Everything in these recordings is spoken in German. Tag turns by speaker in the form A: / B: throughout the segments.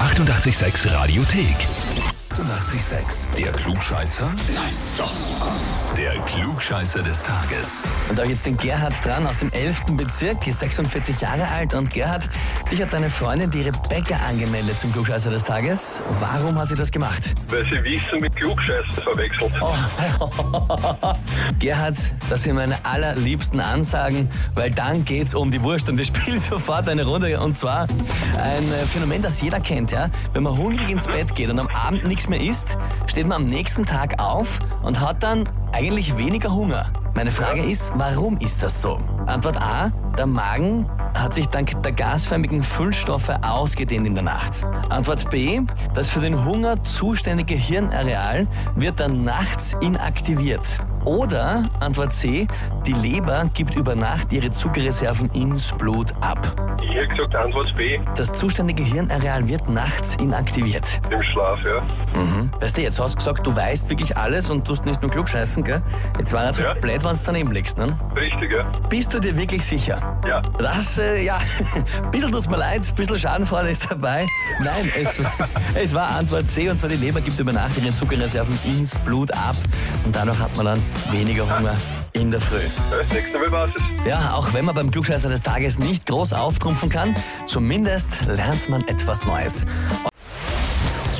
A: 886 Radiothek. 88,6. Der Klugscheißer? Nein, doch. Der Klugscheißer des Tages.
B: Und da habe ich jetzt den Gerhard dran aus dem 11. Bezirk, ist 46 Jahre alt. Und Gerhard, dich hat deine Freundin, die Rebecca, angemeldet zum Klugscheißer des Tages. Warum hat sie das gemacht?
C: Weil sie Wichsen mit Klugscheißen verwechselt.
B: Ah. Gerhard, das sind meine allerliebsten Ansagen, weil dann geht's um die Wurst und wir spielen sofort eine Runde. Und zwar ein äh, Phänomen, das jeder kennt, ja. Wenn man hungrig ins Bett geht und am Abend nichts mehr isst, steht man am nächsten Tag auf und hat dann eigentlich weniger Hunger. Meine Frage ist, warum ist das so? Antwort A, der Magen hat sich dank der gasförmigen Füllstoffe ausgedehnt in der Nacht. Antwort B, das für den Hunger zuständige Hirnareal wird dann nachts inaktiviert. Oder Antwort C, die Leber gibt über Nacht ihre Zuckerreserven ins Blut ab.
C: Ich hätte gesagt Antwort B,
B: Das zuständige Hirnareal wird nachts inaktiviert.
C: im Schlaf, ja.
B: Weißt du, jetzt hast du gesagt, du weißt wirklich alles und tust nicht nur klugscheißen, gell? Jetzt war es
C: Ja.
B: halt blöd, wenn du daneben liegst, ne?
C: Richtig, ja.
B: Bist du dir wirklich sicher?
C: Ja.
B: Das, äh, ja, ein bisschen tut's mir leid, ein bisschen Schadenfreude ist dabei. Nein, es, es war Antwort C und zwar die Leber gibt über Nacht ihre Zuckerreserven ins Blut ab und danach hat man dann weniger Hunger in der Früh.
C: Das nächste Äh, Mal weiß es.
B: Ja, auch wenn man beim Klugscheißer des Tages nicht groß auftrumpfen kann, zumindest lernt man etwas Neues.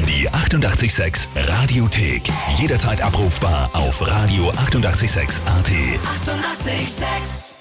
A: Die 88,6 Radiothek. Jederzeit abrufbar auf radio886.at. 88,6.
D: Eighty-eight, sex.